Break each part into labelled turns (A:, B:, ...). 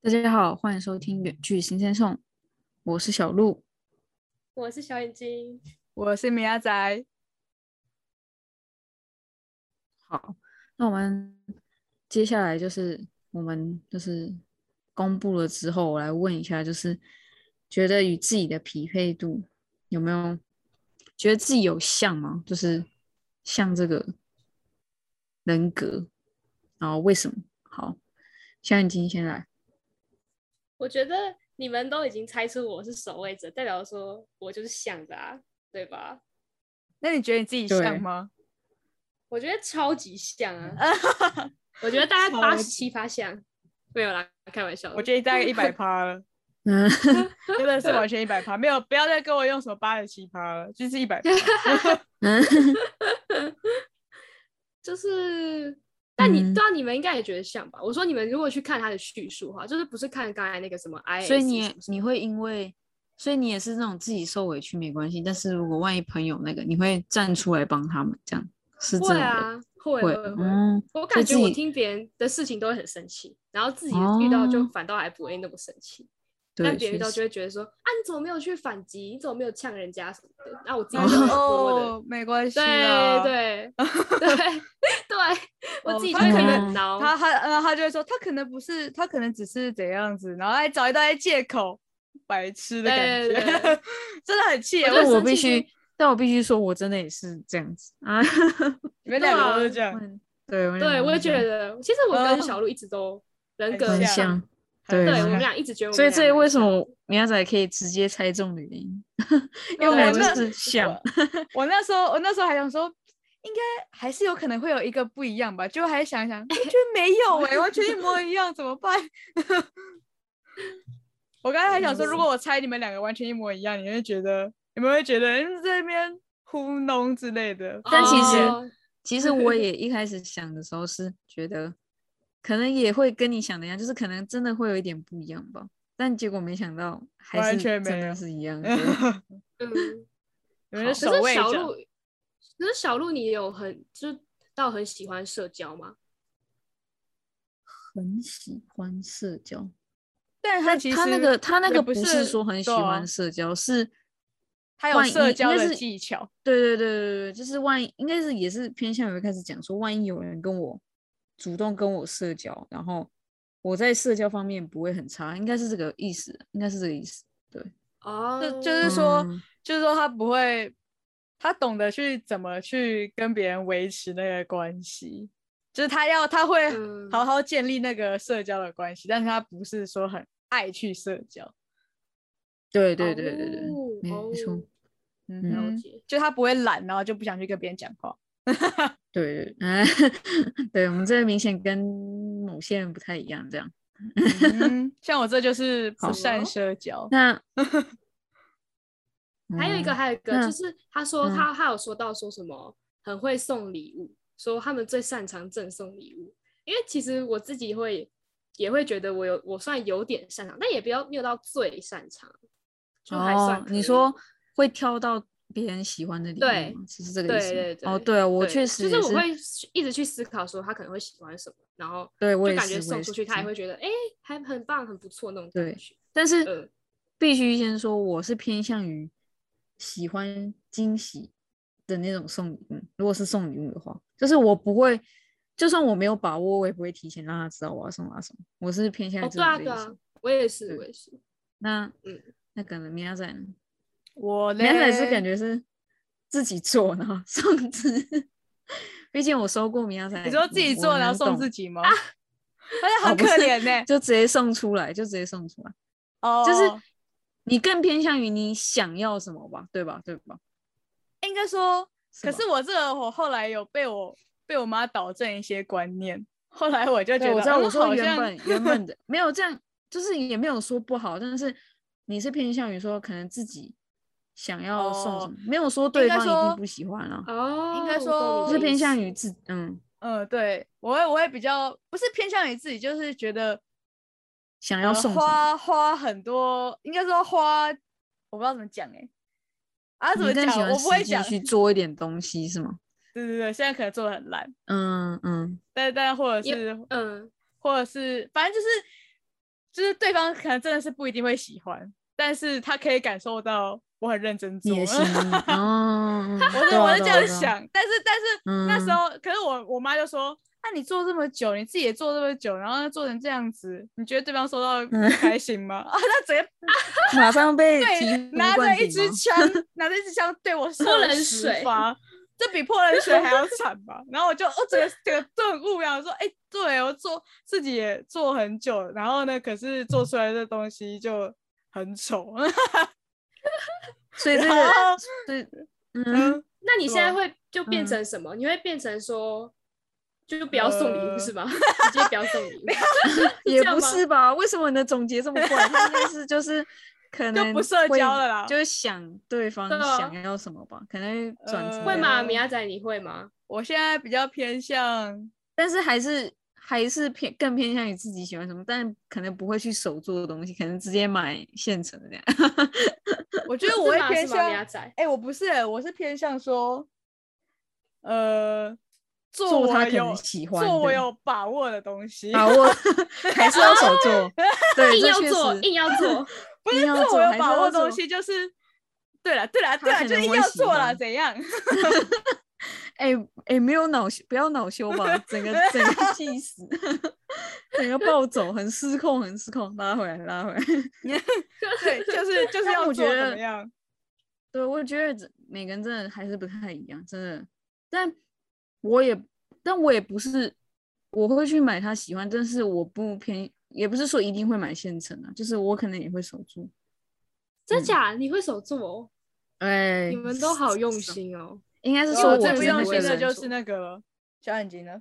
A: 大家好，欢迎收听《远距新鲜送》，我是小鹿。
B: 我是小眼睛，
C: 我是米亚仔，
A: 好，那我们接下来就是我们就是公布了之后，我来问一下，就是觉得与自己的匹配度有没有觉得自己有像吗？就是像这个人格，然后为什么？好，小眼睛先来。
B: 我觉得你们都已经猜出我是守卫者，代表说我就是想的啊，对吧？
C: 那你觉得你自己
A: 对
C: 像吗？
B: 我觉得超级像啊，我觉得大概
C: 嗯超
B: 八十七八像，没有啦，开玩笑的。
C: 我觉得大概一百趴了，
A: 嗯，
C: 真的是完全一百趴，没有不要再跟我用什么八十七趴了，就是一百趴。
A: 嗯
B: 就是，但你、
A: 嗯
B: 对啊，你们应该也觉得像吧？我说你们如果去看他的叙述哈，就是不是看刚才那个什么 I，
A: 所以你也你会因为，所以你也是那种自己受委屈没关系，但是如果万一朋友那个，你会站出来帮他们，这样是这种
B: 会
A: 人
B: 啊，会
A: 会
B: 会会。
A: 嗯，
B: 我
A: 所以
B: 感觉
A: 自
B: 我
A: 己
B: 听别人的事情都会很生气，然后自己遇到就
A: 哦
B: 反倒还不会那么生气。
A: 对，
B: 但别人遇
A: 确
B: 到就
A: 实
B: 会觉得说啊，你怎么没有去反击？你怎么没有呛人家什么的？那我自己就会默默
C: 哦，没关
B: 的，
C: 系啦
B: 对。对 对对，我
C: 哦
B: 自己就
C: 他
B: 会
A: 可
B: 很
A: 能
B: 挠。
C: 他他呃他就会说他可能不是他可能只是怎样子，然后还找一大堆借口，白痴的感
B: 对
C: 觉，
B: 对对
C: 真的很气耶。
B: 我觉得
C: 为
A: 但
C: 什
A: 我
C: 么
B: 生
A: 必
B: 气就
A: 须，但我必须说，我真的也是这样子 啊。嗯
C: 你们
B: 对
C: 两
B: 啊
C: 个都是这样？
A: 对，我们
B: 对，
A: 两
B: 我
A: 个
B: 也
A: 都这
B: 觉
A: 样
B: 得，其实我跟
C: 嗯
B: 小鹿一直都人
C: 很
B: 格
A: 很
C: 像
A: 像，
C: 很
A: 对
B: 对
A: 很
B: 我们
A: 像
B: 俩一直觉得我们
A: 所
B: 俩
A: 以
B: 很像，
A: 这也为什么明仔可以直接猜中的原因，因为
B: 对
A: 我就
B: 那
A: 是想
C: 我，我那时候我那时候还想说，应该还是有可能会有一个不一样吧，就还想一想，我觉得没 有哎、完全一模一样，怎么办？ 我刚才还想说，如果我猜你们两个完全一模一样，你会觉得你们会觉得嗯在那边糊弄之类的。
A: 但其实
B: 哦
A: 其实我也一开始想的时候是觉得，可能也会跟你想的一样，就是可能真的会有一点不一样吧。但结果没想到还
C: 完
A: 是
C: 全
A: 真
C: 没
A: 的
C: 有
A: 是一 样的。
C: 你
B: 嗯，
C: 们
A: 好
C: 是守
B: 可
C: 卫
B: 是小
C: 者
B: 鹿，可是小鹿，你有很就是到很喜欢社交吗？
A: 很喜欢社交，
C: 但他其实
A: 他那个他那
C: 也
A: 个
C: 不
A: 是
C: 是
A: 说很喜
C: 对啊
A: 欢社交，是
C: 他有
A: 万一
C: 社
A: 应
C: 交
A: 该
C: 的
A: 是
C: 技巧，
A: 对对对对对，就是万一应该是也是偏向于开始讲说，万一有人跟我主动跟我社交，然后我在社交方面不会很差，应该是这个意思，应该是这个意思。对，
B: 哦，
C: 就就是说
A: 嗯
C: 就是说他不会，他懂得去怎么去跟别人维持那个关系，就是他要他会
B: 嗯
C: 好好建立那个社交的关系，但是他不是说很爱去社交，
A: 对对对对对，
B: 哦
A: 没错，
B: 哦
C: 嗯
A: 嗯
B: 了
C: 哼，
B: 解。
C: 就他不会懒，然后就不想去跟别人讲话。
A: 对对，哎， 对我们这明显跟某些人不太一样，这样。
C: 嗯 像我这就是不善
A: 哦
B: 好
C: 社 交，
A: 那
B: 还有一个，
A: 嗯
B: 还有一个，
A: 那
B: 就是他说
A: 嗯
B: 他他有说到说什么很会送礼物，说他们最擅长赠送礼物。因为其实我自己会也会觉得我有我算有点擅长，但也不要没有到最擅长，就还算
A: 哦，
B: 可以、
A: 你说会挑到别人喜欢的礼物
B: 对
A: 吗，其实这个意
B: 对
A: 思吗。
B: 对对
A: 哦，对啊，我
B: 对
A: 确实
B: 就
A: 也
B: 是我会一直去思考说他可能会喜欢什么，然后
A: 对我
B: 就
A: 也
B: 感
A: 是
B: 觉
A: 我
B: 送
A: 也
B: 出
A: 是
B: 去他也
A: 这
B: 会觉得哎、诶还很棒很不错那种
A: 对
B: 感觉。
A: 但是
B: 呃
A: 必须先说，我是偏向于喜欢惊喜的那种送礼物。如果是送礼物的话，就是我不会，就算我没有把握，我也不会提前让他知道我要送他什么。我是偏向于
B: 哦
A: 这
B: 对
A: 种
B: 啊
A: 类
B: 对啊
A: 型。，
B: 我也是
A: 对
B: 我也是，
A: 那
B: 嗯
A: 那可能米亚仔呢？
C: 我
A: 米亚仔是感觉
C: 嘞，
A: 是自己做然后送自， 毕竟我收过米亚仔，
C: 你说自己
A: 我
C: 做然后送自，己 吗？但是
A: 我能懂
C: 很可
A: 哦不是
C: 怜呢，
A: 就直接送出来，就直接送出来，
C: 哦，
A: 就是你更偏向于你想要什么吧，对吧？对吧？
C: 应该说，可
A: 吧
C: 是我这个我后来有被我被我妈导正一些观念，后来我就觉
A: 对，
C: 得
A: 我知道，
C: 嗯
A: 我说
C: 好
A: 原
C: 像
A: 本原本的没有这样，就是也没有说不好，但是你是偏向于说可能自己想要送什
C: 哦
A: 么，没有说对
C: 该
A: 方一定
C: 说
A: 不喜欢啊，
B: 哦，
C: 该
B: 我懂
C: 说
B: 你的
A: 就是偏
B: 意
A: 向
B: 思
A: 于自嗯
C: 嗯，对我会我会比较不是偏向于自己，就是觉得
A: 想
C: 呃
A: 要送什么。
C: 花花很多，应该说花，我不知道怎么讲哎、啊怎
A: 你
C: 么
A: 更
C: 讲
A: 喜？欢
C: 我不会
A: 实际
C: 讲，
A: 去
C: 对
A: 做一点东西是吗？
C: 对对，现在可能做的很烂，
A: 嗯嗯，
C: 但但或者
B: 也
C: 是
B: 嗯
C: 或者是反正就是就是对方可能真的是不一定会喜欢，但是他可以感受到我很认真做。
A: 你的 心意哦，
C: 我是
A: 懂
C: 我
A: 啊
C: 是这
A: 懂啊
C: 样
A: 懂啊
C: 想，但是但是、那时
A: 嗯
C: 候，可是我我妈就说：“那、你做这么久，你自己也做这么久，然后做成这样子，你觉得对方收到
A: 嗯
C: 开心吗？”啊，他直接
A: 马上被醍
C: 对
A: 醐
C: 拿
A: 灌
C: 着一
A: 顶
C: 支
A: 吗
C: 枪，拿着一支枪对我
B: 泼
C: 泼
B: 冷水
C: 发，这比泼冷水还要惨吧？ 然后我就哦，整个整个顿悟呀，我说：“哎、对我做自己也做很久，然后呢，可是做出来的东西就很丑。
A: 所以这
C: 然
A: 个
C: 后
A: 是嗯，
C: 啊嗯，
B: 那你
C: 是
B: 现在
C: 吗
B: 会就变
A: 嗯
B: 成什么？你会变成说，就不要送礼物
C: 呃
B: 是吧？ 直接不要送礼物，
A: 也
B: 这样
A: 不
B: 吗
A: 是吧？为什么你的总结这么怪？他应该是就是可
C: 就
A: 能
C: 不社
A: 会
C: 交了啦
A: 就是想对方
B: 对啊
A: 想要什么吧，可能转成
C: 呃
B: 会
A: 这
B: 吗？
A: 样
B: 米亚仔，你会吗？
C: 我现在比较偏向
A: 但是还是还是偏更偏向于自己喜欢什么，但可能不会去手做的东西，可能直接买现成的这样。
C: 我觉得
B: 是
C: 我会
B: 吗
C: 偏
B: 是吗
C: 向，
B: 米亚
C: 哎、
B: 仔，
C: 我不是、我是偏向说，呃，做
A: 做
C: 我
A: 他可
C: 有
A: 能喜欢
C: 做我
A: 的哦
C: 有把握的东西，
A: 把握还是要手做，对，
B: 硬
A: 这
B: 要
A: 确
B: 做，
A: 实
B: 硬要做，
C: 不
A: 硬
C: 是
A: 要
C: 做
A: 做
C: 我
A: 还
C: 有
A: 是
C: 把
A: 要
C: 握的
A: 做
C: 东西，就是对了，对了，对
A: 他
C: 了，
A: 可
C: 就
A: 能
C: 硬
A: 会
C: 要
A: 喜
C: 做了，
A: 欢
C: 怎样？
A: 哎哎，没有恼羞，不要恼羞吧，整个整 个气死，整个暴走，很失控，很失控，拉回来，拉回来。
C: 对，就是就是
A: 但
C: 要
A: 我
C: 做
A: 觉
C: 怎么
A: 得
C: 样？
A: 对，我觉得这每个人真的还是不太一样，真的。但我也，但我也不是，我会去买他喜欢，但是我不偏，也不是说一定会买现成的，就是我可能也会守住。
B: 真假？你会手做哦？
A: 哎，
B: 你们都好用，心哦。
A: 应该是
B: 因为
A: 说
B: 我
A: 我
B: 最
C: 最
B: 不
C: 不
A: 是
B: 用
A: 那
C: 用
A: 个
C: 心
B: 心的
C: 的
A: 人
C: 就是那个了，小眼睛呢？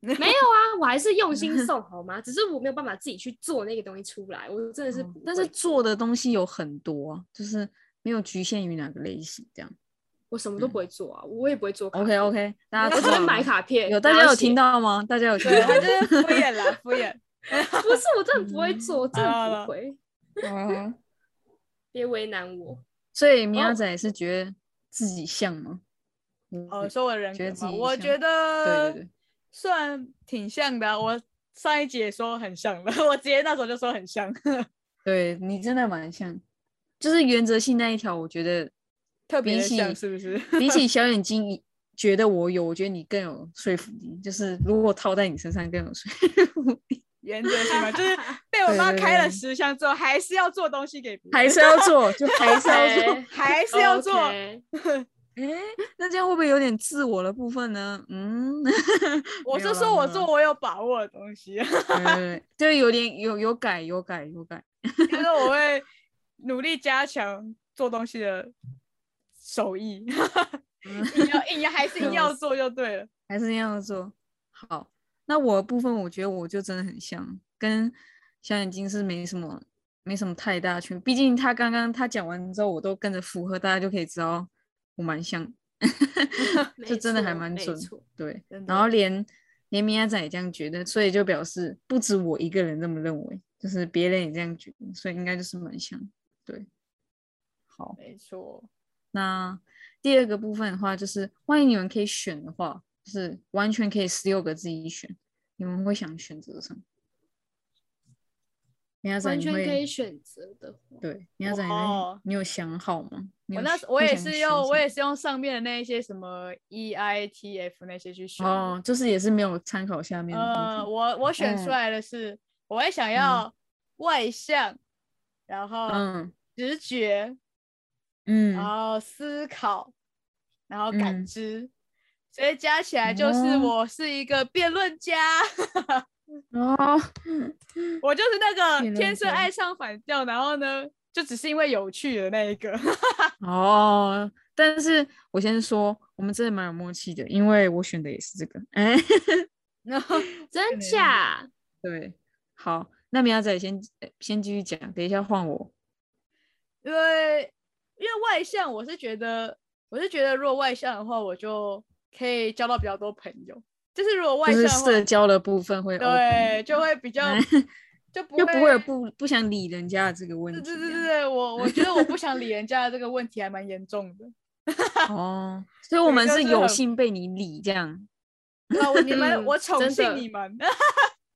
B: 没有啊，我还是用心送好吗？只是我没有办法自己去做那个东西出来，我真的是
C: 哦
A: 嗯
B: 不
A: 但是
B: 会
A: 做的东西有很多啊，就是没有局限于哪个类型这样。
B: 我什么都不会做啊，我也不会做卡
C: 哦
A: OK
B: 片。
A: OK，大
B: 我
A: 家
B: 只
A: 知道
B: 会买
A: 了
B: 卡片。
A: 有大
B: 然
A: 家
B: 后
A: 有
B: 写
A: 听？到吗？大家有听
C: 对，
A: 到
C: 他
A: 吗？
C: 就是敷衍啦，敷 衍。
B: 不是，我真的不会做，我真
C: 好
B: 的
C: 了
B: 不会。
A: 哦
B: 别为难我。
A: 所以米
B: 哦
A: 亚仔是觉得自己像吗？嗯
C: 哦，说我的人
A: 觉得
C: 格
A: 自
C: 吗？
A: 己
C: 我
A: 像对
C: 觉得
A: 对对，
C: 算挺像的啊、我上一集也说很像的，我直接那时候就说很 像，
A: 对你真的蛮像，就是原则性那一条，我觉得
C: 特别
A: 比
C: 的
A: 起
C: 像，是 不是？
A: 比 起小眼睛，你觉得我有，我觉得你更有说服力，就是如果套在你身上更有说服力。
C: 原则性嘛，就是被我妈开了
A: 对
C: 十项之后，还是要做东西给别人，
A: 还是要做，就还是要做。
B: OK，
C: 还是要做。
B: OK
A: 诶，那这样会不会有点自我的部分呢？嗯，
C: 我
A: 没有
C: 是
A: 啦
C: 说
A: 没
C: 我
A: 有啦
C: 做我有把握的东西，啊就
A: 对，就有点有有改有改有改。
C: 是我会努力加强做东西的手艺，
A: 嗯
C: 硬要硬要还是硬要做就对了。
A: 还是那样做。好，那我的部分我觉得我就真的很像，跟小眼睛是没什么没什么太大区别。毕竟他刚刚他讲完之后，我都跟着附和，大家就可以知道我蛮像，就
B: 没
A: 真的还
B: 错
A: 蛮
B: 没
A: 准。
B: 错
A: 对
C: 真，
A: 然后连连米亚仔也这样觉得，所以就表示不止我一个人这么认为，就是别人也这样觉得，所以应该就是蛮像。对，好。
C: 没错，
A: 那第二个部分的话，就是万一你们可以选的话，就是完全可以十六个自己选，你们会想选择什么？米亚仔，
B: 完
A: 你
B: 全可以
A: 会
B: 选择的话，
A: 对米亚仔，你
C: 哇
A: 会你有想好吗？你有
C: 哦我那
A: 想
C: 我
A: 会
C: 也
A: 想
C: 是
A: 选
C: 用
A: 什
C: 我
A: 么
C: 也是用上面的那一些什么 E I T F 那些去选的。
A: 哦，就是也是没有参考下面的部
C: 呃，
A: 分。
C: 我我选出
A: 嗯
C: 来的是，我会想要外向，然后
A: 嗯
C: 直觉，然
A: 嗯，
C: 后思考，然后感
A: 嗯
C: 知，所以加起来就是
A: 哦
C: 我是一个辩论家，
A: 哦，
C: 我就是那个
A: 辩
C: 天
A: 论
C: 生
A: 家
C: 爱上反调，然后呢，就只是因为有趣的那一 个。
A: 哦，但是我先说，我们真的蛮有默契的，因为我选的也是这个。哎，
C: 然后
B: 真
C: 能是
B: 假？
A: 对，好，那米亚仔先呃先继续讲，等一下换我。
C: 因为因为外向，我是觉得我是觉得如果外向的话，我就可以交到比较多朋友。就是如果外
A: 就
C: 向
A: 是
C: 的话
A: 社，交的部分会 open
C: 对，就会 比较就不
A: 就不会有
C: 会
A: 不不想理人家的这个问
C: 对
A: 题这
C: 对
A: 样。
C: 对对对，我我觉得我不想理人 家的这个问题还蛮严重的。
A: 哦，所以我
C: 对
A: 们
C: 就是是
A: 有
C: 很
A: 幸被你理这样。
C: 啊那我你们
B: 嗯
C: 我宠
B: 真的
C: 幸你们，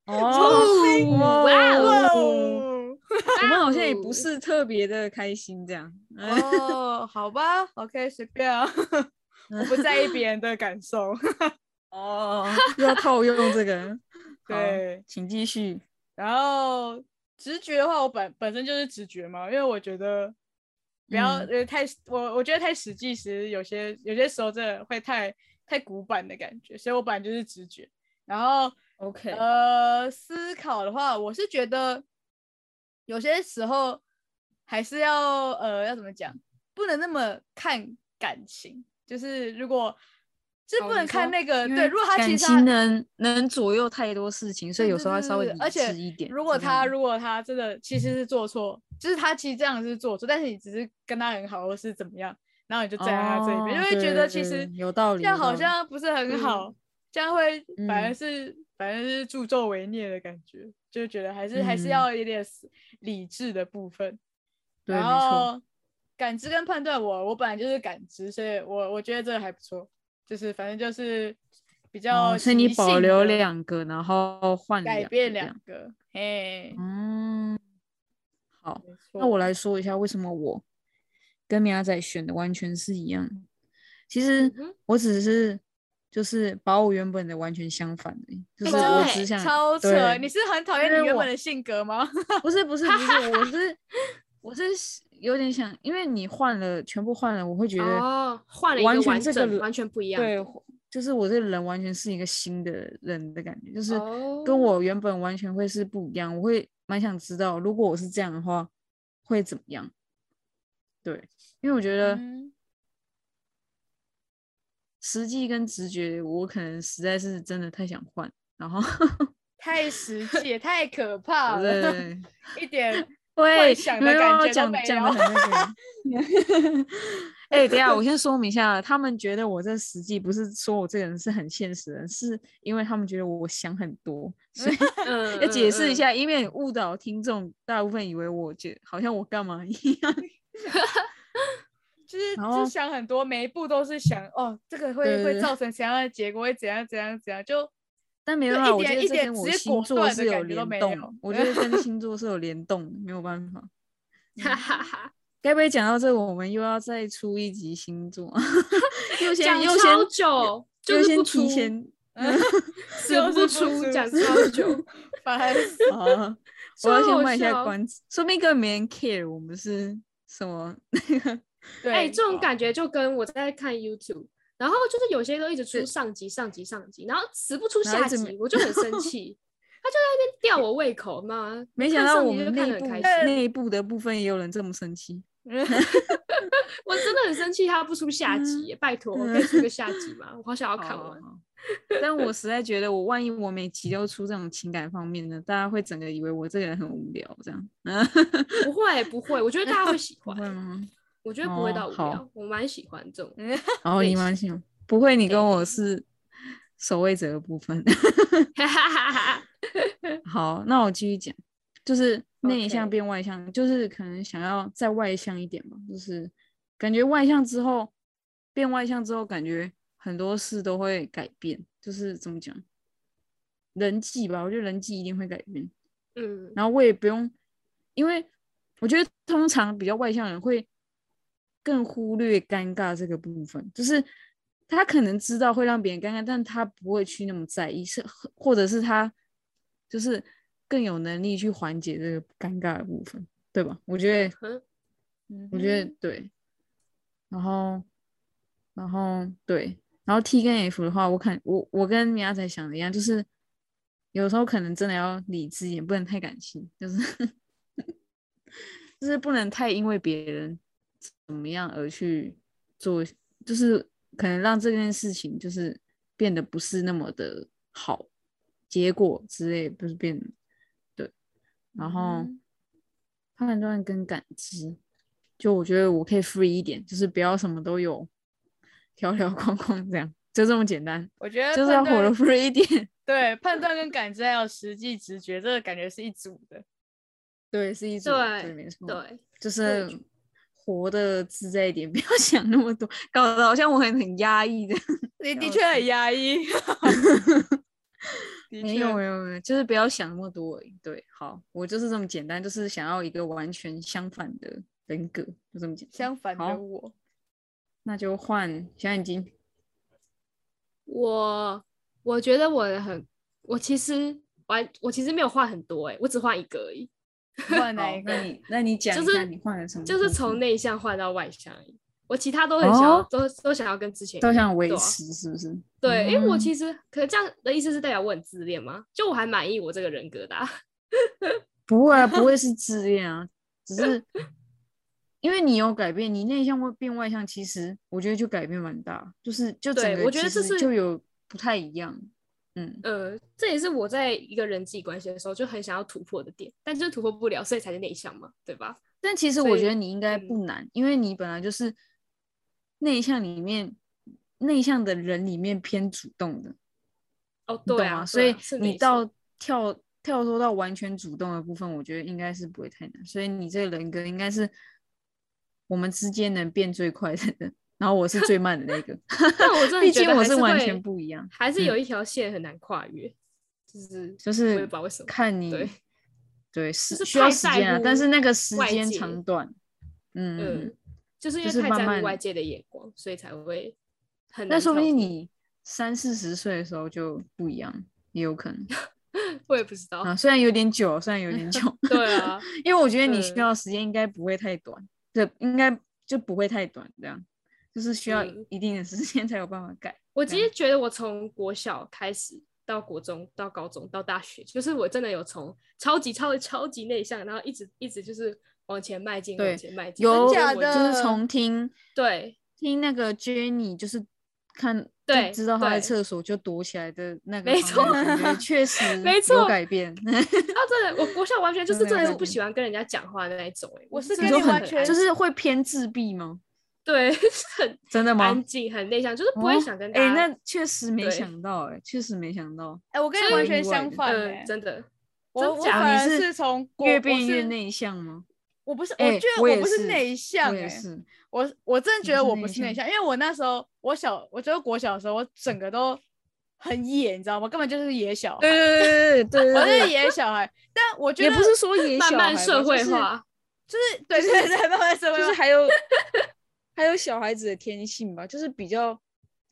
C: 哦，
B: 哇
C: 哇
B: 哦！
C: 哦，
A: 我们好像也不是特别的开心这样。
B: 嗯
A: 哎
C: 哦，好吧，OK，随便啊， 我不在意别人的感 受。
A: 哦，又要套用这个，好
C: 对，
A: 请继续。
C: 然后直觉的话，我本本身就是直觉嘛，因为我觉得不要、
A: 嗯
C: 呃太我我觉得太实际，其实有些有些时候真的会太太古板的感觉，所以我本来就是直觉。然后
A: OK，
C: 呃，思考的话，我是觉得有些时候还是要呃要怎么讲，不能那么看感情，就是如果就是
B: 哦
C: 不能
B: 你
C: 看
B: 说
C: 那个、
A: 因
C: 对，
A: 为
C: 如果他
A: 感
C: 其实
A: 情
C: 他
A: 能能左右太多事情，所以有时候要稍微
C: 对
A: 理
C: 对对对
A: 智一点。
C: 如果
A: 这样嗯
C: 他如果他真的其实是做错，就是他其实这样是做错，但是你只是跟他很好，或是怎么样，然后你就站在他这一边，
A: 哦
C: 就会觉得
A: 对
C: 其
A: 对
C: 实
A: 对有道理
C: 这样
A: 有道
C: 好
A: 理
C: 像不是很好，这样会反而
A: 嗯
C: 是、反正是助纣为虐的感觉，就觉得还是、还是
A: 嗯
C: 要有点理智的部分。
A: 对，没
C: 然
A: 错，哦
C: 后感知跟判断我，我本来就是感知，所以我我觉得这个还不错，就是反正就是比较、
A: 哦所以你保留。两个，然后换
C: 改
A: 两个
C: 变
A: 这样
C: 两个，嘿，
A: 嗯，好，
C: 没
A: 那我
C: 错
A: 来说一下为什么我跟米亚仔选的完全是一样的。其实
B: 嗯哼
A: 我只是就是把我原本的完全相反的，就
B: 哎
A: 是
B: 真
A: 我
B: 的
A: 只
B: 欸
A: 想
C: 超扯！
A: 对
C: 你是很讨厌
A: 因为
C: 你原
A: 我
C: 本的性格吗？
A: 不是不是不 是，我是我是有点想，因为你换了全部换了，我会觉得
B: 哦，换了一
A: 完
B: 个
A: 全
B: 完
A: 这
B: 整，
A: 个
B: 完全不一样。
A: 对，就是我这个人完全是一个新的人的感觉，就是
B: 哦
A: 跟我原本完全会是不一样。我会蛮想知道，如果我是这样的话会怎么样？对，因为我觉得。
C: 嗯
A: 实际跟直觉，我可能实在是真的太想换，然后
C: 太实际，也太可怕
A: 对
C: 了，
A: 对
C: 一点
A: 对，
C: 幻想的
A: 没有
C: 感觉都
A: 讲
C: 没
A: 讲
C: 有
A: 的很那 个。哎、等一下，我先说明一下，他们觉得我这实际不是说我这个人是很现实的人，是因为他们觉得我想很多，所以
B: 嗯
A: 要解释一，
B: 嗯
A: 下，以免误导听众，大部分以为我觉好像我干嘛一样。
C: 就是
A: 然
C: 就
A: 后
C: 想很多，每一步都是想哦，这个会
A: 对
C: 会
A: 对
C: 造成怎样的结果，会怎样怎样怎样，就
A: 但没
C: 就
A: 办
C: 一
A: 法，我觉
C: 点
A: 得
C: 一
A: 这
C: 点
A: 跟
C: 直
A: 我
C: 接
A: 星
C: 果
A: 座
C: 断的
A: 是有
C: 感觉都
A: 联
C: 没有
A: 动，我觉得跟星座是有联动的，没有办法。
B: 哈哈哈，
A: 该不会讲到这，我们又要再出一集星座？ 又先
B: 嗯讲
A: 又
B: 超
A: 先
B: 久，
A: 又
B: 就是
A: 先
B: 不
A: 提
B: 出，
A: 前
B: 死
C: 嗯就是不出
B: 出， 讲超久，
C: 烦死。
A: 啊！我
B: 超
A: 要先
B: 好
A: 卖一下
B: 笑
A: 关子，说不定根本没人 care 我们是什么。
C: 对，
B: 哎、这种
C: 觉
B: 感觉就跟我在看 YouTube，然后就是有些都一直出
A: 是
B: 上集、上集、上集，然后死不出
A: 然后
B: 下
A: 一直
B: 集
A: 没，
B: 我就很生气。他就在那边吊我胃口嘛，
A: 没
B: 看
A: 想到
B: 上
A: 我
B: 集就
A: 们
B: 看得
A: 内
B: 很
A: 部
B: 开
C: 心
A: 内部的部分也有人这么生气。
C: 嗯
B: 我真的很生气，他不出下
A: 嗯
B: 集耶，拜托，可以出个下集吗？我好想要看
A: 好
B: 完。
A: 好好但我实在觉得，我万一我每集都出这种情感方面的，大家会整个以为我这个人很无聊，这样。
B: 不会不会，我觉得大家会喜
A: 不会
B: 欢，
A: 吗？
B: 我觉得不会
A: 哦
B: 到无
A: 好嗯
B: 聊，我蛮喜欢这种。
A: 然后
B: 类
A: 你蛮喜欢，不会，你跟我是守卫者的部分。
B: 哈哈哈哈，
A: 好，那我继续讲，就是内向
B: OK
A: 变外向就是可能想要再外向一点嘛，就是感觉外向之后变外向之后，感觉很多事都会改变，就是怎么讲，人际吧，我觉得人际一定会改变。
B: 嗯，
A: 然后我也不用，因为我觉得通常比较外向的人会更忽略尴尬这个部分，就是他可能知道会让别人尴尬，但他不会去那么在意，是或者是他就是更有能力去缓解这个尴尬的部分，对吧？我觉得，
B: 哼
C: 嗯
A: 我觉得对。然后，然后对，然后 T 跟 F 的话，我看我我跟米亚仔想的一样，就是有时候可能真的要理智一点，不能太感性，就是就是不能太因为别人怎么样而去做，就是可能让这件事情就是变得不是那么的好，结果之类不是变对，然后
C: 嗯
A: 判断跟感知，就我觉得我可以 free 一点，就是不要什么都有条条框框这样，就这么简单，
C: 我觉得
A: 就是要
C: 判
A: 活得
C: 断
A: free 一点。
C: 对判断跟感知还有实际直觉，这个感觉是一组的。
A: 对，是一组，
B: 对
A: 对，没错，
B: 对，
A: 就是活得自在一点，不 要想那么多，搞得好像我很很压抑的。
C: 你的
A: 了
C: 确
A: 解
C: 很压抑，的
A: 没
C: 确
A: 有没有没有，就是不要想那么多而已。对，好，我就是这么简单，就是想要一个完全相反的人格，就这么简单。
C: 相反
A: 好
C: 的我，
A: 那就换小眼睛。
B: 我我觉得我很，我其实完，我其实没有换很多、欸，我只换一个而已，
C: 换哪
A: 好
C: 一，
A: 那
C: 个？
A: 你那你讲
B: 就
A: 一
B: 是
A: 下你换了什么部
B: 就
A: 分？
B: 是从内向换到外向而已。我其他都很想要，
A: 哦
B: 都都想要跟之前一
A: 都
B: 样
A: 想维
B: 对啊
A: 持，是不是？
B: 对，因为我
A: 嗯
B: 其实可这样的意思是代表我很自恋吗？就我还满意我这个人格的啊、
A: 不会啊，不会是自恋啊，只是因为你有改变，你内向会变外向，其实我觉得就改变蛮大，就是就整
B: 对
A: 个
B: 我觉得
A: 其
B: 这
A: 实
B: 是
A: 就有不太一样，嗯，
B: 呃，这也是我在一个人际关系的时候就很想要突破的点，但就是突破不了，所以才是内向嘛，对吧？
A: 但其实
B: 所
A: 我
B: 以嗯
A: 觉得你应该不难，因为你本来就是内向里面内向的人里面偏主动的，
B: 哦，
A: 你
B: 对
A: 懂
B: 啊，
A: 吗？所
B: 对
A: 以
B: 啊是没
A: 你
B: 错
A: 到跳跳脱到完全主动的部分，我觉得应该是不会太难。所以你这个人格应该是我们之间能变最快的人，然后我是最慢的那个。
B: 但我真的
A: 毕
B: 觉
A: 竟
B: 得
A: 我
B: 还是
A: 完
B: 会
A: 全不一样，
B: 还是
A: 嗯
B: 有一条线很难跨越，就是
A: 就
B: 我也不
A: 是
B: 知道为什么。
A: 看你
B: 对
A: 对是
B: 是
A: 需要
B: 太
A: 时
B: 在
A: 间啊，但是
B: 乎
A: 那个时
B: 外
A: 间
B: 界
A: 长短，嗯，嗯
B: 嗯
A: 嗯，
B: 就是因
A: 就
B: 为
A: 是
B: 太
A: 慢
B: 在
A: 慢
B: 乎外界的眼光，所以才会很难
A: 那
B: 跳
A: 说
B: 脱。
A: 不定你三四十岁的时候就不一样，也有可能
B: 我也不知道，
A: 啊。虽然有点久，虽然有点久，
B: 对啊，
A: 因为我觉得你需
B: 嗯
A: 要的时间应该不会太短，对，应该就不会太短，这样就是需要
B: 嗯
A: 一定的时间 才有办法改。
B: 我
A: 这
B: 其实
A: 样
B: 觉得我从国小开始到国中到高中到大学，就是我真的有从超级超级超级内向，然后一直一直就是往前迈进，
A: 对
B: 往前迈进。
A: 有
B: 我觉得
C: 假
B: 我
C: 的
A: 就是从听
B: 对
A: 听那个 Jenny 就是看就
B: 对
A: 知道她在
B: 对
A: 厕所就躲起来的那个
B: 没
A: 方面的感觉，
C: 错
A: 确实
B: 没
A: 有
B: 错
A: 改变。
B: 然后啊真的，我国小完全就是
A: 真的
B: 真的
A: 有
B: 是不
A: 感觉
B: 喜欢跟人家讲话的那一种、欸，
C: 我是
B: 真
C: 跟
B: 的
A: 就
C: 你
B: 很
C: 完全
B: 安
A: 就是会偏自闭吗？
B: 对， 就是很
A: 真的吗
B: 安？静，很内向，就是不会
A: 哦
B: 想跟大
A: 哎、
B: 家。
A: 那确实没
B: 对
A: 想到、哎，确实没想到，
C: 哎、我跟你
A: 所以
C: 完全
A: 意外
C: 相
A: 的
C: 反、欸
B: 呃，真的，
C: 我
B: 真
C: 我
B: 假
C: 反
A: 你
C: 而
A: 是
C: 是从国
A: 越
C: 我
A: 变越
C: 是
A: 内向吗？
C: 我不是，
A: 哎
C: 我觉
A: 我
C: 得我
A: 也
C: 不
A: 是
C: 是内向
A: 我
C: 哎、
A: 也是，
C: 我我真的觉
A: 不
C: 得
A: 是
C: 我
A: 内
C: 不是内
A: 向
C: 向，因为我那时候我小，我觉得国小的时候我整个都很野，你知道吗？根本就是野小孩，
A: 对对对
C: 我是野小孩。但我觉
A: 也
C: 得
A: 不是说野
B: 慢
A: 小
B: 慢
A: 孩
B: 社
A: 吧
B: 会，化，
C: 就是对对对，啊慢慢社
A: 就是就
C: 会
A: 是
C: 化。
A: 还有还有小孩子的天性吧，就是比较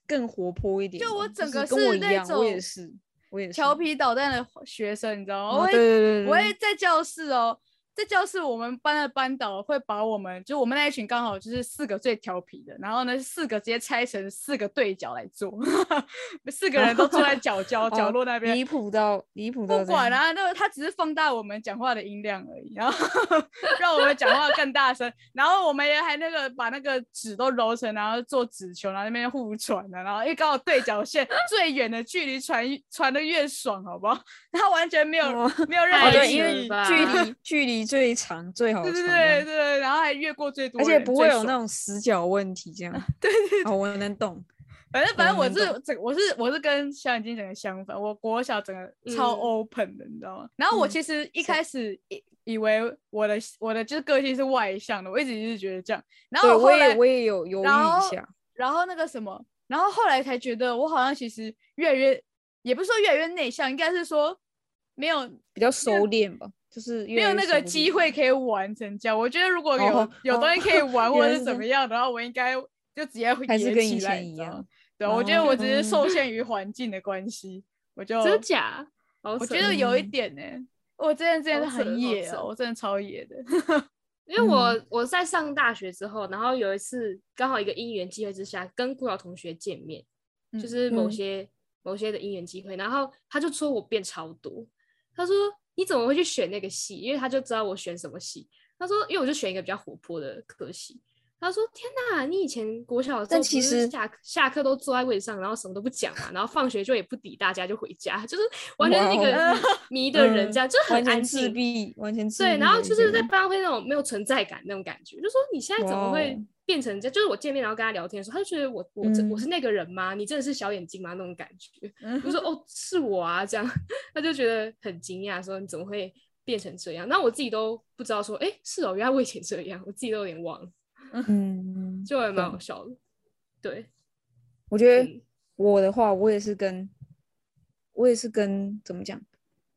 A: 更活泼一点吧。
C: 就我整
A: 是
C: 个
A: 跟
C: 是
A: 我一
C: 那
A: 样，我也
C: 种
A: 是，我也是
C: 调。皮捣蛋的学生，你知道吗？
A: 哦
C: 我
A: 对
C: 会
A: 对对对，
C: 我会在教室哦，在教室我们班的班导会把我们就我们那一群刚好就是四个最调皮的，然后呢四个直接拆成四个对角来做， 四个人都坐在角角角
A: 哦
C: 落那边，
A: 离谱到离谱到
C: 不
A: 这
C: 管
A: 样，
C: 啊，那他只是放大我们讲话的音量而已，然后 让我们讲话更大声，然后我们也还那个把那个纸都揉成，然后做纸球，然后那边互传的、然后因为刚好对角线最远的距离传传的越爽，好不好？ 他完全没有、
A: 哦
C: 没有任
A: 哦
C: 何
B: 太
A: 对，
C: 意
A: 因
B: 扯
A: 为
B: 了
C: 义，
B: 吧
A: 距离距离最长最好
C: 对
A: 长
C: 对
A: 这
C: 对
A: 样，
C: 对，然后还越过最多
A: 而
C: 人，
A: 且不会
C: 最
A: 有那
C: 爽
A: 种死角问题这样。
C: 对对对
A: 哦，我能懂。
C: 反正反正
A: 我
C: 我
A: 能懂
C: 是整我是我是跟小眼睛整个相反，我国小整个超
B: 嗯
C: open 的，你知道吗？然后我
A: 嗯
C: 其实一
A: 是
C: 开始以以为我的我的就是个性是外向的，我一直一直觉得这样。然
A: 对，
C: 后
A: 我
C: 后来
A: 也我也有犹豫
C: 然后
A: 一下。
C: 然后那个什么，然后后来才觉得我好像其实越来越，也不是说越来越内向，应该是说没有
A: 比较收敛吧，就是越
C: 没有
A: 来越
C: 那个
A: 收敛
C: 机会可以完成这样。我觉得如果有、
A: 哦
C: 有东西可以玩
A: 原
C: 或
A: 来
C: 者
A: 是
C: 是
A: 这
C: 怎
A: 样
C: 么样的话，我应该就直接会
A: 还是
C: 野
A: 跟
C: 起
A: 以
C: 来
A: 前
C: 你
A: 一
C: 知道吗
A: 样。
C: 对，我觉得我只是受
A: 哦
C: 限于环境的关系，我就
B: 真假？我
C: 我觉得有一
A: 嗯
C: 点呢、我真的真的
B: 好扯
C: 很
B: 好
C: 野
B: 扯
C: 哦，我真的超野的。
B: 因为我、
A: 嗯
B: 我在上大学之后，然后有一次刚好一个因缘机会之下，跟顾晓同学见面，
C: 嗯
B: 就是某
A: 嗯
B: 些、某些的因缘机会，然后他就说我变超多，他说你怎么会去选那个系？因为他就知道我选什么系，他说因为我就选一个比较活泼的科系。他说：“天哪，你以前国小的时
A: 但
B: 候，
A: 其实
B: 下课下课都坐在位置上，然后什么都不讲嘛，然后放学就也不理大家，就回家，就是完全是一
A: 哇
B: 个
A: 哦
B: 迷的人，
A: 嗯
B: 这样、就是
A: 完
B: 很
A: 全
B: 安
A: 自
B: 静，
A: 闭，完全自闭
B: 对，
A: 的一个人。
B: 然后就是在班上会那种没有存在感那种感觉，就说你现在怎么
A: 哇
B: 会
A: 哦
B: 变成这样？就是我见面然后跟他聊天的时候，他就觉得我我这、我
A: 嗯
B: 是那个人吗？你真的是小眼睛吗？那种感 觉，
C: 嗯
B: 我就说哦是我啊，这样他就觉得很惊讶，说你怎么会变成这样？那我自己都不知道说，哎是哦，原来我以前这样，我自己都有点忘了，
A: 嗯，
B: 就还蛮好
A: 懂
B: 笑的。对，
A: 我觉得
B: 嗯
A: 我的话，我也是跟我也是跟怎么讲，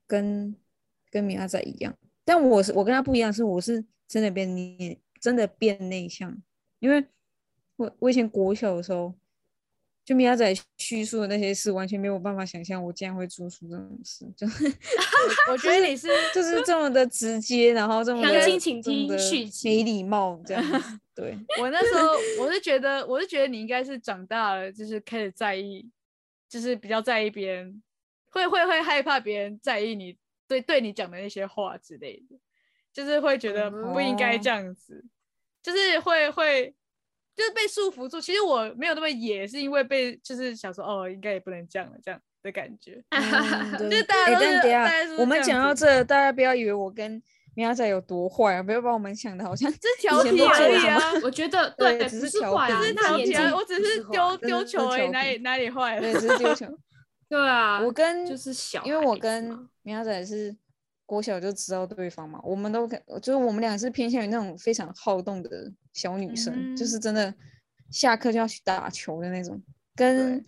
A: 跟跟米阿仔一样，但我是我跟他不一样，是我是真的变内，真的变内向，因为我我以前国小的时候，就米阿仔叙述的那些事，完全没有办法想象我竟然会做出这种事，就是
C: 我觉得你是
A: 就是这么的直接，然后这么的
B: 详情请
A: 这么
B: 听
A: 的
B: 续集
A: 没礼貌这样子，对，
C: 我那时候我是觉得，我是觉得你应该是长大了，就是开始在意，就是比较在意别人，会会会害怕别人在意你对对你讲的那些话之类的，就是会觉得不应该这样子，就是会会就是被束缚住。其实我没有那么野，是因为被就是想说哦，应该也不能这样了这样的感 觉。
A: 嗯对
C: 就是大家
A: 欸
C: 都
A: 但
C: 是
A: 等一
C: 大家
A: 下
C: 都是
A: 我们
C: 这样
A: 讲到
C: 子
A: 这，大家不要以为我跟米亚仔有多坏啊，不要把我们想的好 像
C: 这调
A: 嗯 以前
C: 皮
A: 都做
C: 而
A: 了
C: 已
A: 什么
C: 啊，
B: 我觉得
A: 对
B: 对，
A: 只
B: 不
A: 是调
B: 坏啊，
A: 皮
C: 只是
B: 他
C: 调
B: 眼
C: 皮而已，
B: 睛
C: 我只
B: 不
C: 是
B: 坏
C: 丢
A: 真
C: 丢
A: 是
C: 球而已，
A: 调
C: 哪里哪里坏
A: 对，
C: 了？
A: 只是丢 球。
B: 对啊，
A: 我跟
B: 就是小孩子嘛，
A: 因为我跟米亚仔是国小就知道对方嘛，我们都跟就是我们俩是偏向于那种非常好动的小女生，就
C: 嗯
A: 是真的下课就要去打球的那种，跟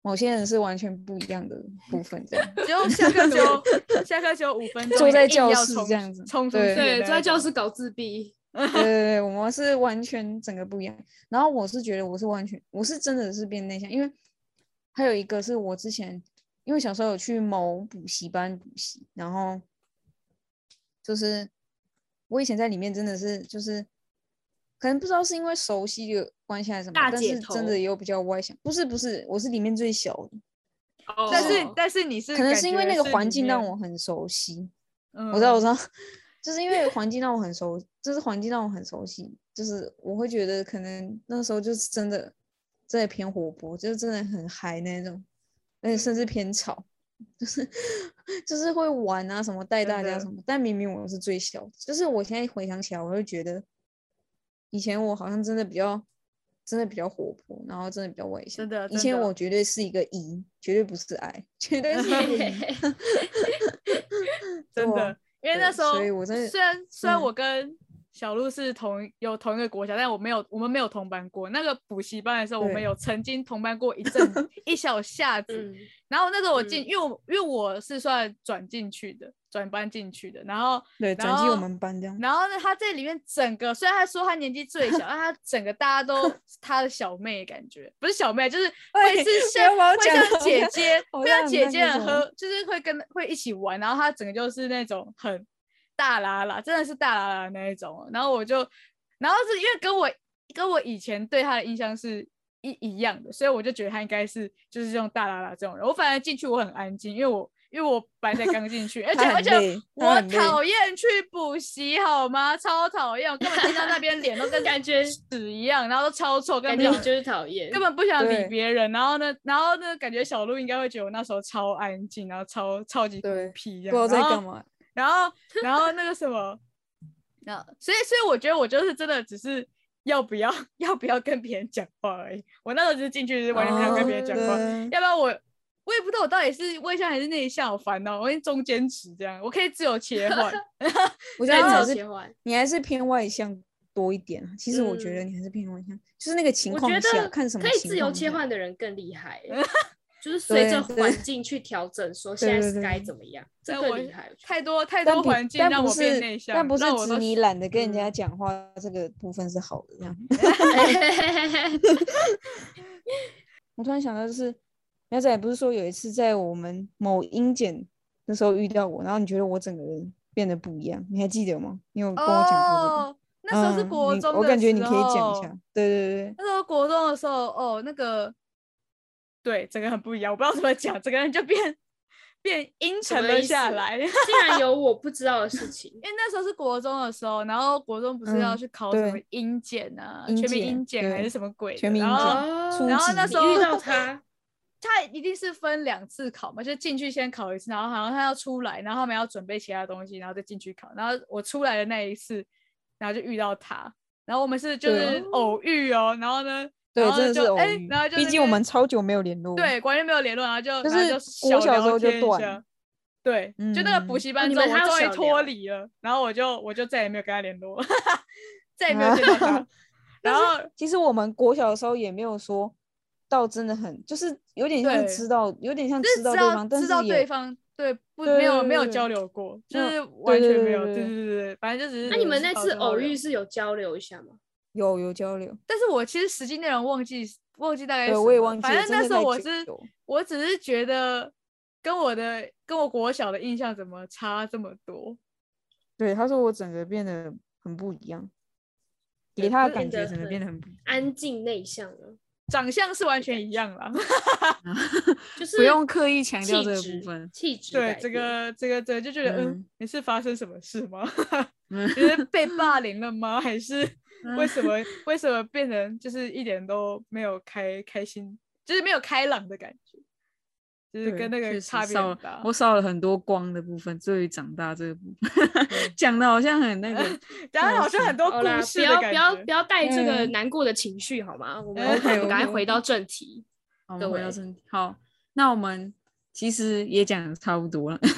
A: 某些人是完全不一样的部分，这样
C: 只有下课 只有下课只有五分钟，
A: 坐在
C: 硬
A: 教
C: 要
A: 室
C: 冲
A: 这样子
C: 冲出
A: 对
C: 去的那一
B: 对
C: 种，
B: 坐在教室搞自闭，
A: 对对对，我们是完全整个不一样。然后我是觉得我是完全，我是真的是变内向，因为还有一个是我之前因为小时候有去某补习班补习，然后就是我以前在里面真的是就是可能不知道是因为熟悉的关系还是什么，
B: 大
A: 但
B: 姐
A: 是真的
B: 头
A: 也有比较外向。不是不是，我是里面最小的，
B: 哦
C: 但是但是你是嗯
A: 可能是因为那个环境让
C: 我，
A: 我很熟悉。
C: 我
A: 我知道，我知道，就是因为环境让我很熟，就是环境让我很熟悉，就是我会觉得可能那时候就是真的，真的偏活泼，就是真的很嗨那种，而且甚至偏吵，就是就是会玩啊什么带
C: 真
A: 大家
C: 的
A: 什么，但明明我是最小的，就是我现在回想起来，我会觉得以前我好像真的比较。真的比较活泼，然后真的比较外向。
C: 真的
A: 以
C: 真
A: 前
C: 的
A: 我绝对是一个 E，绝对不是 I，绝对 是一个 E。
C: 真
A: 对
C: 的，因为
A: 对
C: 那时候
A: 所以我真的
C: 虽然虽然
A: 嗯
C: 我跟小鹿是同有同一个国小，但我没有我们没有同班过。那个补习班的时候，我们
A: 对
C: 有曾经同班过一 阵一小下子，
B: 嗯，
C: 然后那时候我
B: 嗯
C: 进，因为我因为我是算转进去的，转班进去的，然后
A: 对，
C: 然
A: 转机我
C: 后
A: 们班这样。
C: 然后呢，他在里面整个，虽然他说他年纪最小，但他整个大家都 是他的小妹的感觉，不是小妹，就是会
A: 喂
C: 是
A: 不要
C: 像
A: 把我
C: 会
A: 讲
C: 像
A: 得
C: 姐
A: 好
C: 姐，
A: 好
C: 会像
A: 像
C: 姐
A: 很
C: 姐
A: 那
C: 很
A: 种
C: 喝，就是会跟会一起玩，然后他整个就是那种很大啦啦，真的是大啦啦那一种哦。然后我就，然后是因为跟我跟我以前对他的印象是。一一样的，所以我就觉得他应该是就是这种大啦啦这种人。我反正进去我很安静，因为我因为我本来才刚 进去，而且
A: 他
C: 而
A: 很
C: 且
A: 累他
C: 我
A: 很累
C: 讨厌去补习，好吗？ 超讨厌，我根本听到那边脸都跟
B: 感觉
C: 屎一样，然后都超臭，根
B: 感
C: 本
B: 觉
C: 不
B: 你
C: 想
B: 就是讨厌，
C: 根本不想理
A: 对
C: 别人。然后呢，然后呢，感觉小鹿应该会觉得我那时候超安静，然后超超级孤
A: 对
C: 僻这
A: 不
C: 样，
A: 知道在
C: 然后
A: 干嘛。
C: 然后，然后那个什么，那所以，所以我觉得我就是真的只是要不要 要不要跟别人讲话而已。我那时候就是进去就是完全不想跟别人讲话，
A: 哦
C: 要不然我我也不知道我到底是外向还是内向，好烦哦。我是中间值这样，我可以自由切换。
A: 我觉
B: 对
A: 得你
B: 自
A: 还
B: 由切
A: 是
B: 换，
A: 你还是偏外向多一点啊。其实我觉得
B: 嗯
A: 你还是偏外向，就是那个情
B: 我
A: 况
B: 觉
A: 下
B: 得
A: 看什么
B: 可以
A: 情
B: 自由
A: 况
B: 切
A: 下
B: 换的人更厉 害欸，就是随着
A: 对对
B: 环境去调整，说现
A: 对
B: 在
A: 对
B: 是
A: 对
B: 该
A: 对
B: 怎么样，这
C: 但
B: 更
C: 我
B: 厉害。我觉得
C: 太多太
A: 但
C: 多
A: 不
C: 环境
A: 但
C: 让
A: 不
C: 我变
A: 是
C: 内向，
A: 但不是
C: 让我
A: 指
C: 都
A: 你懒得跟人家
B: 嗯
A: 讲话，这个部分是好的。这样，我突然想到，就是苗仔不是说有一次在我们某英检的时候遇到我，然后你觉得我整个人变得不一样，你还记得吗？你有跟我讲过这个？
C: 哦，那时候是
A: 嗯
C: 国
A: 你
C: 中的时候，
A: 我感觉你可以讲一下。对对对。
C: 那时候国中的时候，哦，那个对，整个很不一样，我不知道怎么讲，整个人就变变阴
B: 什
C: 沉
B: 么
C: 了
B: 意
C: 下
B: 思
C: 来。 因
B: 竟然有我不知道的事情，
C: 为那时候是国中的时候，然后国中不是要
A: 嗯
C: 去考什么
A: 对
C: 英检啊，
A: 英
C: 全民
A: 检
C: 英检还
A: 对
C: 是什么鬼的？
A: 全民
C: 然
A: 英
C: 后
A: 检
B: 哦
A: 初
C: 然后那
A: 级
C: 时候
B: 你遇 到他，
C: 他一定是分两次考嘛，就进去先考一次，然后好像他要出来，然后他们要准备其他东西，然后再进去考。然后我出来的那一次，然后就遇到他，然后我们是就
A: 对
C: 是偶遇哦，然后呢，
A: 对，
C: 然后
A: 真的是
C: 就
A: 偶
C: 哎
A: 遇。
C: 然后就
A: 毕
C: 那
A: 竟我
C: 边
A: 们超久没有联络。
C: 对，完全没有联络，然后就
A: 就
C: 然后
A: 是
C: 小
A: 国小的时
C: 聊
A: 候就
C: 天一
A: 断
C: 下
A: 了
C: 对，就那个补
A: 嗯
C: 习
B: 哦
C: 班
B: 你
C: 之后，
B: 们还有
C: 我终于
B: 小
C: 脱
B: 聊
C: 离了，然后我就我就再也没有跟他联络了， 再也没有
A: 啊
C: 见到他。然后
A: 其实我们国小的时候也没有说
D: 到真的很，就是有点像
C: 对
D: 知道，有点像
C: 就是
D: 知道
C: 知道
D: 对方，但
C: 知
D: 是
C: 道
D: 也
C: 对方对不
D: 对
C: 没有
D: 对
C: 没有
D: 对
C: 交流过，就
D: 那
C: 是完
D: 对
C: 全
D: 对
C: 没有，对
D: 对
C: 对对对，反正就只是。
B: 那你们那
C: 知道
B: 次
A: 嗯
C: 之后
B: 偶
C: 有
B: 遇是有交流一下吗？
D: 有有交流。
C: 但是我其实实际内容忘记忘记大概是
D: 对
C: 什
D: 我也
C: 么
D: 忘记
C: 反
D: 了
C: 正
D: 真
C: 那
D: 的
C: 时候
D: 太
C: 我
D: 久
C: 是
D: 了
C: 我只是觉得跟我的跟我国小的印象怎么差这么多，
D: 对，他说我整个变得很不一样，
B: 对
D: 给他的
B: 变
D: 感觉
B: 得
D: 整个
B: 很
D: 变得很不一样
B: 安静内向呢？
C: 长相是完全一样啦。
B: 就是
A: 不用刻意强调
B: 气
A: 这个
B: 质
A: 部 分。
B: 气质
C: 对
B: 改
C: 这
B: 变
C: 个这个对，就觉得嗯
A: 嗯
C: 你是发生什么事吗？
A: 嗯
C: 你是被霸凌了吗？还是
A: 嗯
C: 为什么为什么变成就是一点都没有开开心，就是没有开朗的感觉，就是
A: 对
C: 跟那
A: 确
C: 个
A: 实
C: 差别
A: 少
C: 很
A: 了
C: 大。
A: 我少了很多光的部分，对于长大这个部
C: 对
A: 分， 讲的好像很那 个。
C: 然后好像很多
B: 好
C: 故
B: 啦，不
C: 事的
B: 要
C: 感
B: 不
C: 觉。
B: 要不要带这个
D: 嗯
B: 难过的情绪好吗？我们
C: 嗯
B: OK，我们 赶快
D: OK，OK
B: 回到正题。
A: 好，我
B: 各
A: 们回到
B: 位
A: 正题。好，那我们其实也讲得差不多了，就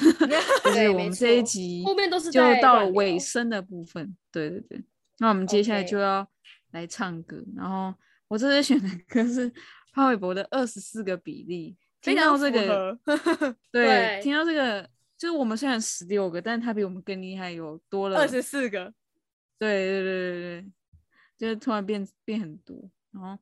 A: 是
B: 对
A: 我
B: 没
A: 们这一
B: 错
A: 集
B: 后面都是
A: 就
B: 在
A: 到
B: 乱
A: 了
B: 聊
A: 尾声的部分。对对对，那我们接下来就
B: OK
A: 要来唱歌。然后我这次选的歌是潘玮柏的《二十四个比例》，
C: 非
A: 听
C: 常
A: 到这
C: 符
A: 个，
C: 合
A: 对
B: 对，
A: 听到这个。就是我们虽然十六个，但他比我们更厉害，有多了
C: 二十四个，
A: 对对对对对，就是突然变变很多，然后，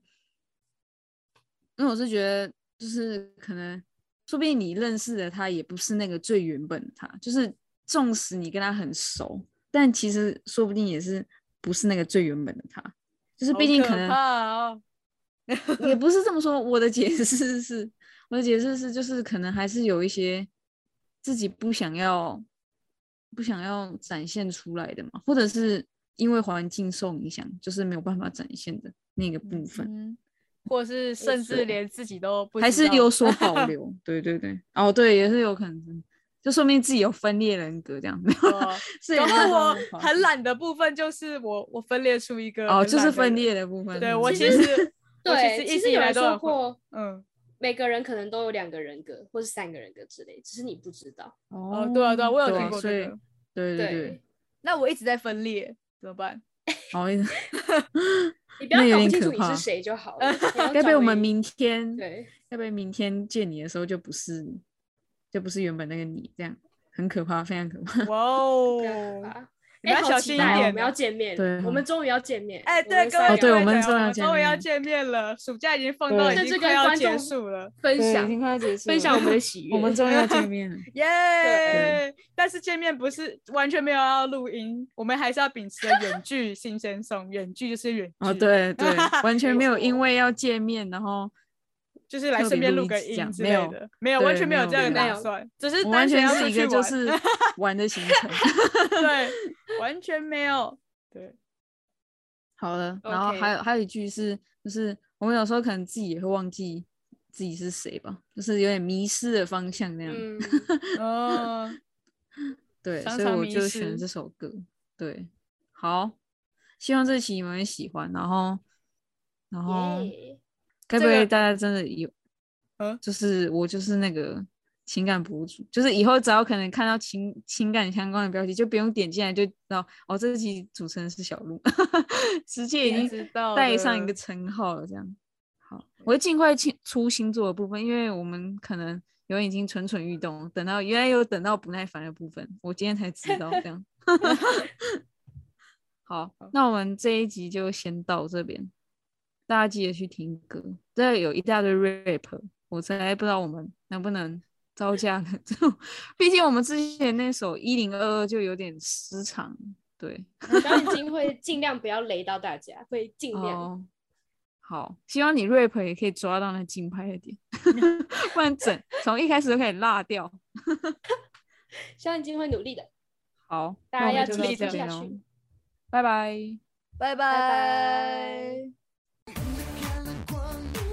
A: 因为我是觉得，就是可能，说不定你认识的他也不是那个最原本的他，就是纵使你跟他很熟，但其实说不定也是不是那个最原本的他，就是
C: 好
A: 毕竟可
C: 可
A: 能
C: 怕哦。
A: 也不是这么说，我的解释是，我的解释是，就是可能还是有一些自己不想要、不想要展现出来的嘛，或者是因为环境受影响，就是没有办法展现的那个部分，
C: 嗯，或是甚至
A: 错
C: 连自己都不
A: 还
C: 知
A: 是
C: 道
A: 有所 保留。对对对，哦对，也是有可能，就说明自己有分裂人格这样。没有啦
C: 哦
A: 是
C: 然
A: 也
C: 后
A: 没有
C: 我
A: 那么夸
C: 很
A: 张
C: 懒的部分就是我我分裂出一个
A: 哦，
C: 很
A: 就是
C: 懒的
A: 分
C: 人。
A: 裂的部分。
C: 对
A: 嗯
C: 我
A: 嗯
C: 其 实我
B: 对，
C: 一
B: 其
C: 直
B: 实
C: 以
B: 有
C: 来
B: 人
C: 都很
B: 说
C: 混
B: 过，
C: 嗯
B: 每个人可能都有两个人格或是三个人格之类，只是你不知道。
A: 哦
C: 哦对啊对啊，我有
A: 对
C: 听
A: 啊
C: 过
A: 所
C: 这
A: 以
C: 个。
A: 对对对
B: 对，，
C: 那我一直在分裂怎么办？
A: 好意思，
B: 你不要
A: 那有
B: 搞不
A: 点
B: 清
A: 可
B: 楚你
A: 怕
B: 是谁就好了。 你要
A: 该不会
B: 找
A: 我们
B: 回
A: 明天
B: 对
A: 要不然明天见你的时候就不是，就不是原本那个你，这样很可怕，非常可怕。
B: 这
C: 哇
B: 样可
C: 哦，
B: 怕。
C: 你
B: 哎，
C: 们要小
B: 好期
C: 心一
B: 待哦，我
C: 点
B: 们要
C: 哦。
B: 见面，
A: 对啊
B: 我们终于要见面。
C: 哎，
B: 我
C: 对，
B: 们
C: 各
B: 三
C: 位
A: 哦
B: 个
A: 对
C: 各
A: 我
C: 位
A: 们
C: 对
A: 终于要见
C: 终于要
A: 面
C: 见面了，暑假已经放到
D: 对
C: 已
B: 甚
C: 经
B: 至
C: 快
B: 跟
C: 要
B: 观
C: 结
B: 众
C: 束了。
D: 对，
B: 分
D: 已经
B: 享
D: 快要结束了，
B: 分 享我们的喜悦。
A: 我们终于要见面了，
C: 耶但是见面不是完全没有要录音，我们还是要秉持着远距新鲜送，远距就是远距，
A: 哦，，对对，完全
B: 没
A: 没有
B: 错
A: 因为要见面，然后
C: 就是来
A: 特
C: 顺
A: 别
C: 便
A: 录
C: 录
A: 一
C: 个
A: 集
C: 音
A: 讲
C: 之
A: 没
C: 类
A: 有
C: 的，没有，完
A: 对
C: 全
A: 没
C: 有
A: 有
C: 这样的
A: 没
C: 打
B: 有
C: 算，只是
A: 我
C: 单
A: 完全
C: 纯要
A: 是
C: 出
A: 一
C: 去
A: 个就
C: 玩，
A: 是玩的行程。
C: 对，完全没有，对，
A: 好了，然后还有还有一句是，就是我们有时候可能自己也会忘记自己是谁吧，就是有点迷失的方向那样。
B: 嗯，
C: 哦，
A: 对，
C: 常
A: 所以
C: 常
A: 我
C: 迷
A: 就选了
C: 失
A: 这首歌。对，好，希望这期你们会喜欢。然后，然后，
B: 耶
A: 该不
C: 这
A: 会
C: 个
A: 大家真的有？
C: 嗯
A: 就是我就是那个情感博主，就是以后只要可能看到情情感相关的标题，就不用点进来就知道哦，这期主持人是小鹿， 直接已
C: 已
A: 经
C: 经知道
A: 带上一个
C: 的
A: 称号了。这样，好，我会尽快清出星座的部分，因为我们可能有人已经蠢蠢欲动，等到原来有等到不耐烦的部分，我今天才知道这样。 好，那我们这一集就先到这边，大家记得去听歌，这有一大堆 rap，我才不知道我们能不能招架得住， 毕竟我们之前那首一零二二就有点失常，对，
B: 我当然已经会尽量不要雷到大家，会尽量。
A: 哦，好，希望你 rap 也可以抓到那竞拍 的点，不然整从一开始就开始落掉。
B: 相信会努力的。
A: 好，
B: 大家
A: 那我们
B: 要
A: 就
B: 继
A: 到
B: 续
A: 这
B: 听
A: 边
B: 下
A: 咯
B: 去
A: 拜拜。
B: 拜
C: 拜拜
E: 你看了光年，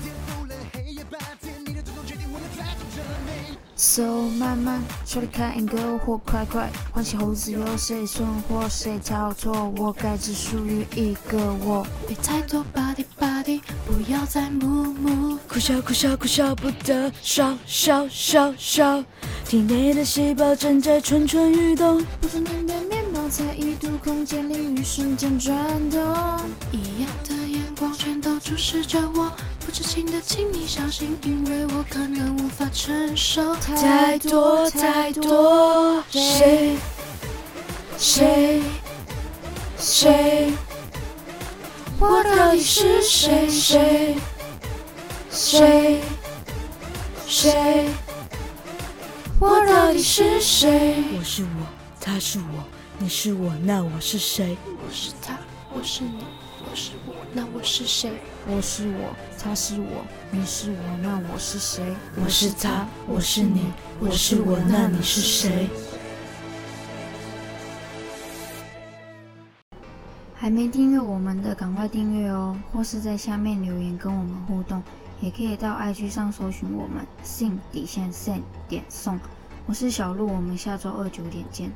E: 颠覆了黑夜白天，你的种种决定我的再度证明。
F: So 慢慢说离开 and go 或快快欢喜猴子由谁顺或谁逃脱，我该只属于一个我。
G: 别太多 body body，不要再木木，
H: 哭笑哭笑哭笑不得，烧烧烧烧，体内的细胞正在蠢蠢欲动。
F: 不同人的面貌在异度空间领域瞬间转动。
G: 一样的眼光全都注视着我，不痴情的请你小心，因为我可能无法承受
H: 太
G: 太
H: 多
G: 多
H: 太
G: 太
H: 多
G: 多，
H: 谁
G: 谁
H: 谁谁，我到底是谁谁谁谁，我到底是谁？我是我，他是我，你是我，那我是谁？
G: 我是他，我是你，我是我，那我是谁？
F: 我是我，他是我，你是我，那我是谁？
H: 我是他，我是你，我是我，那你是谁？
F: 还没订阅我们的，赶快订阅哦，或是在下面留言跟我们互动，也可以到 IG 上搜寻我们 sin 底线 sin 点送。我是小鹿，我们下周二九点见。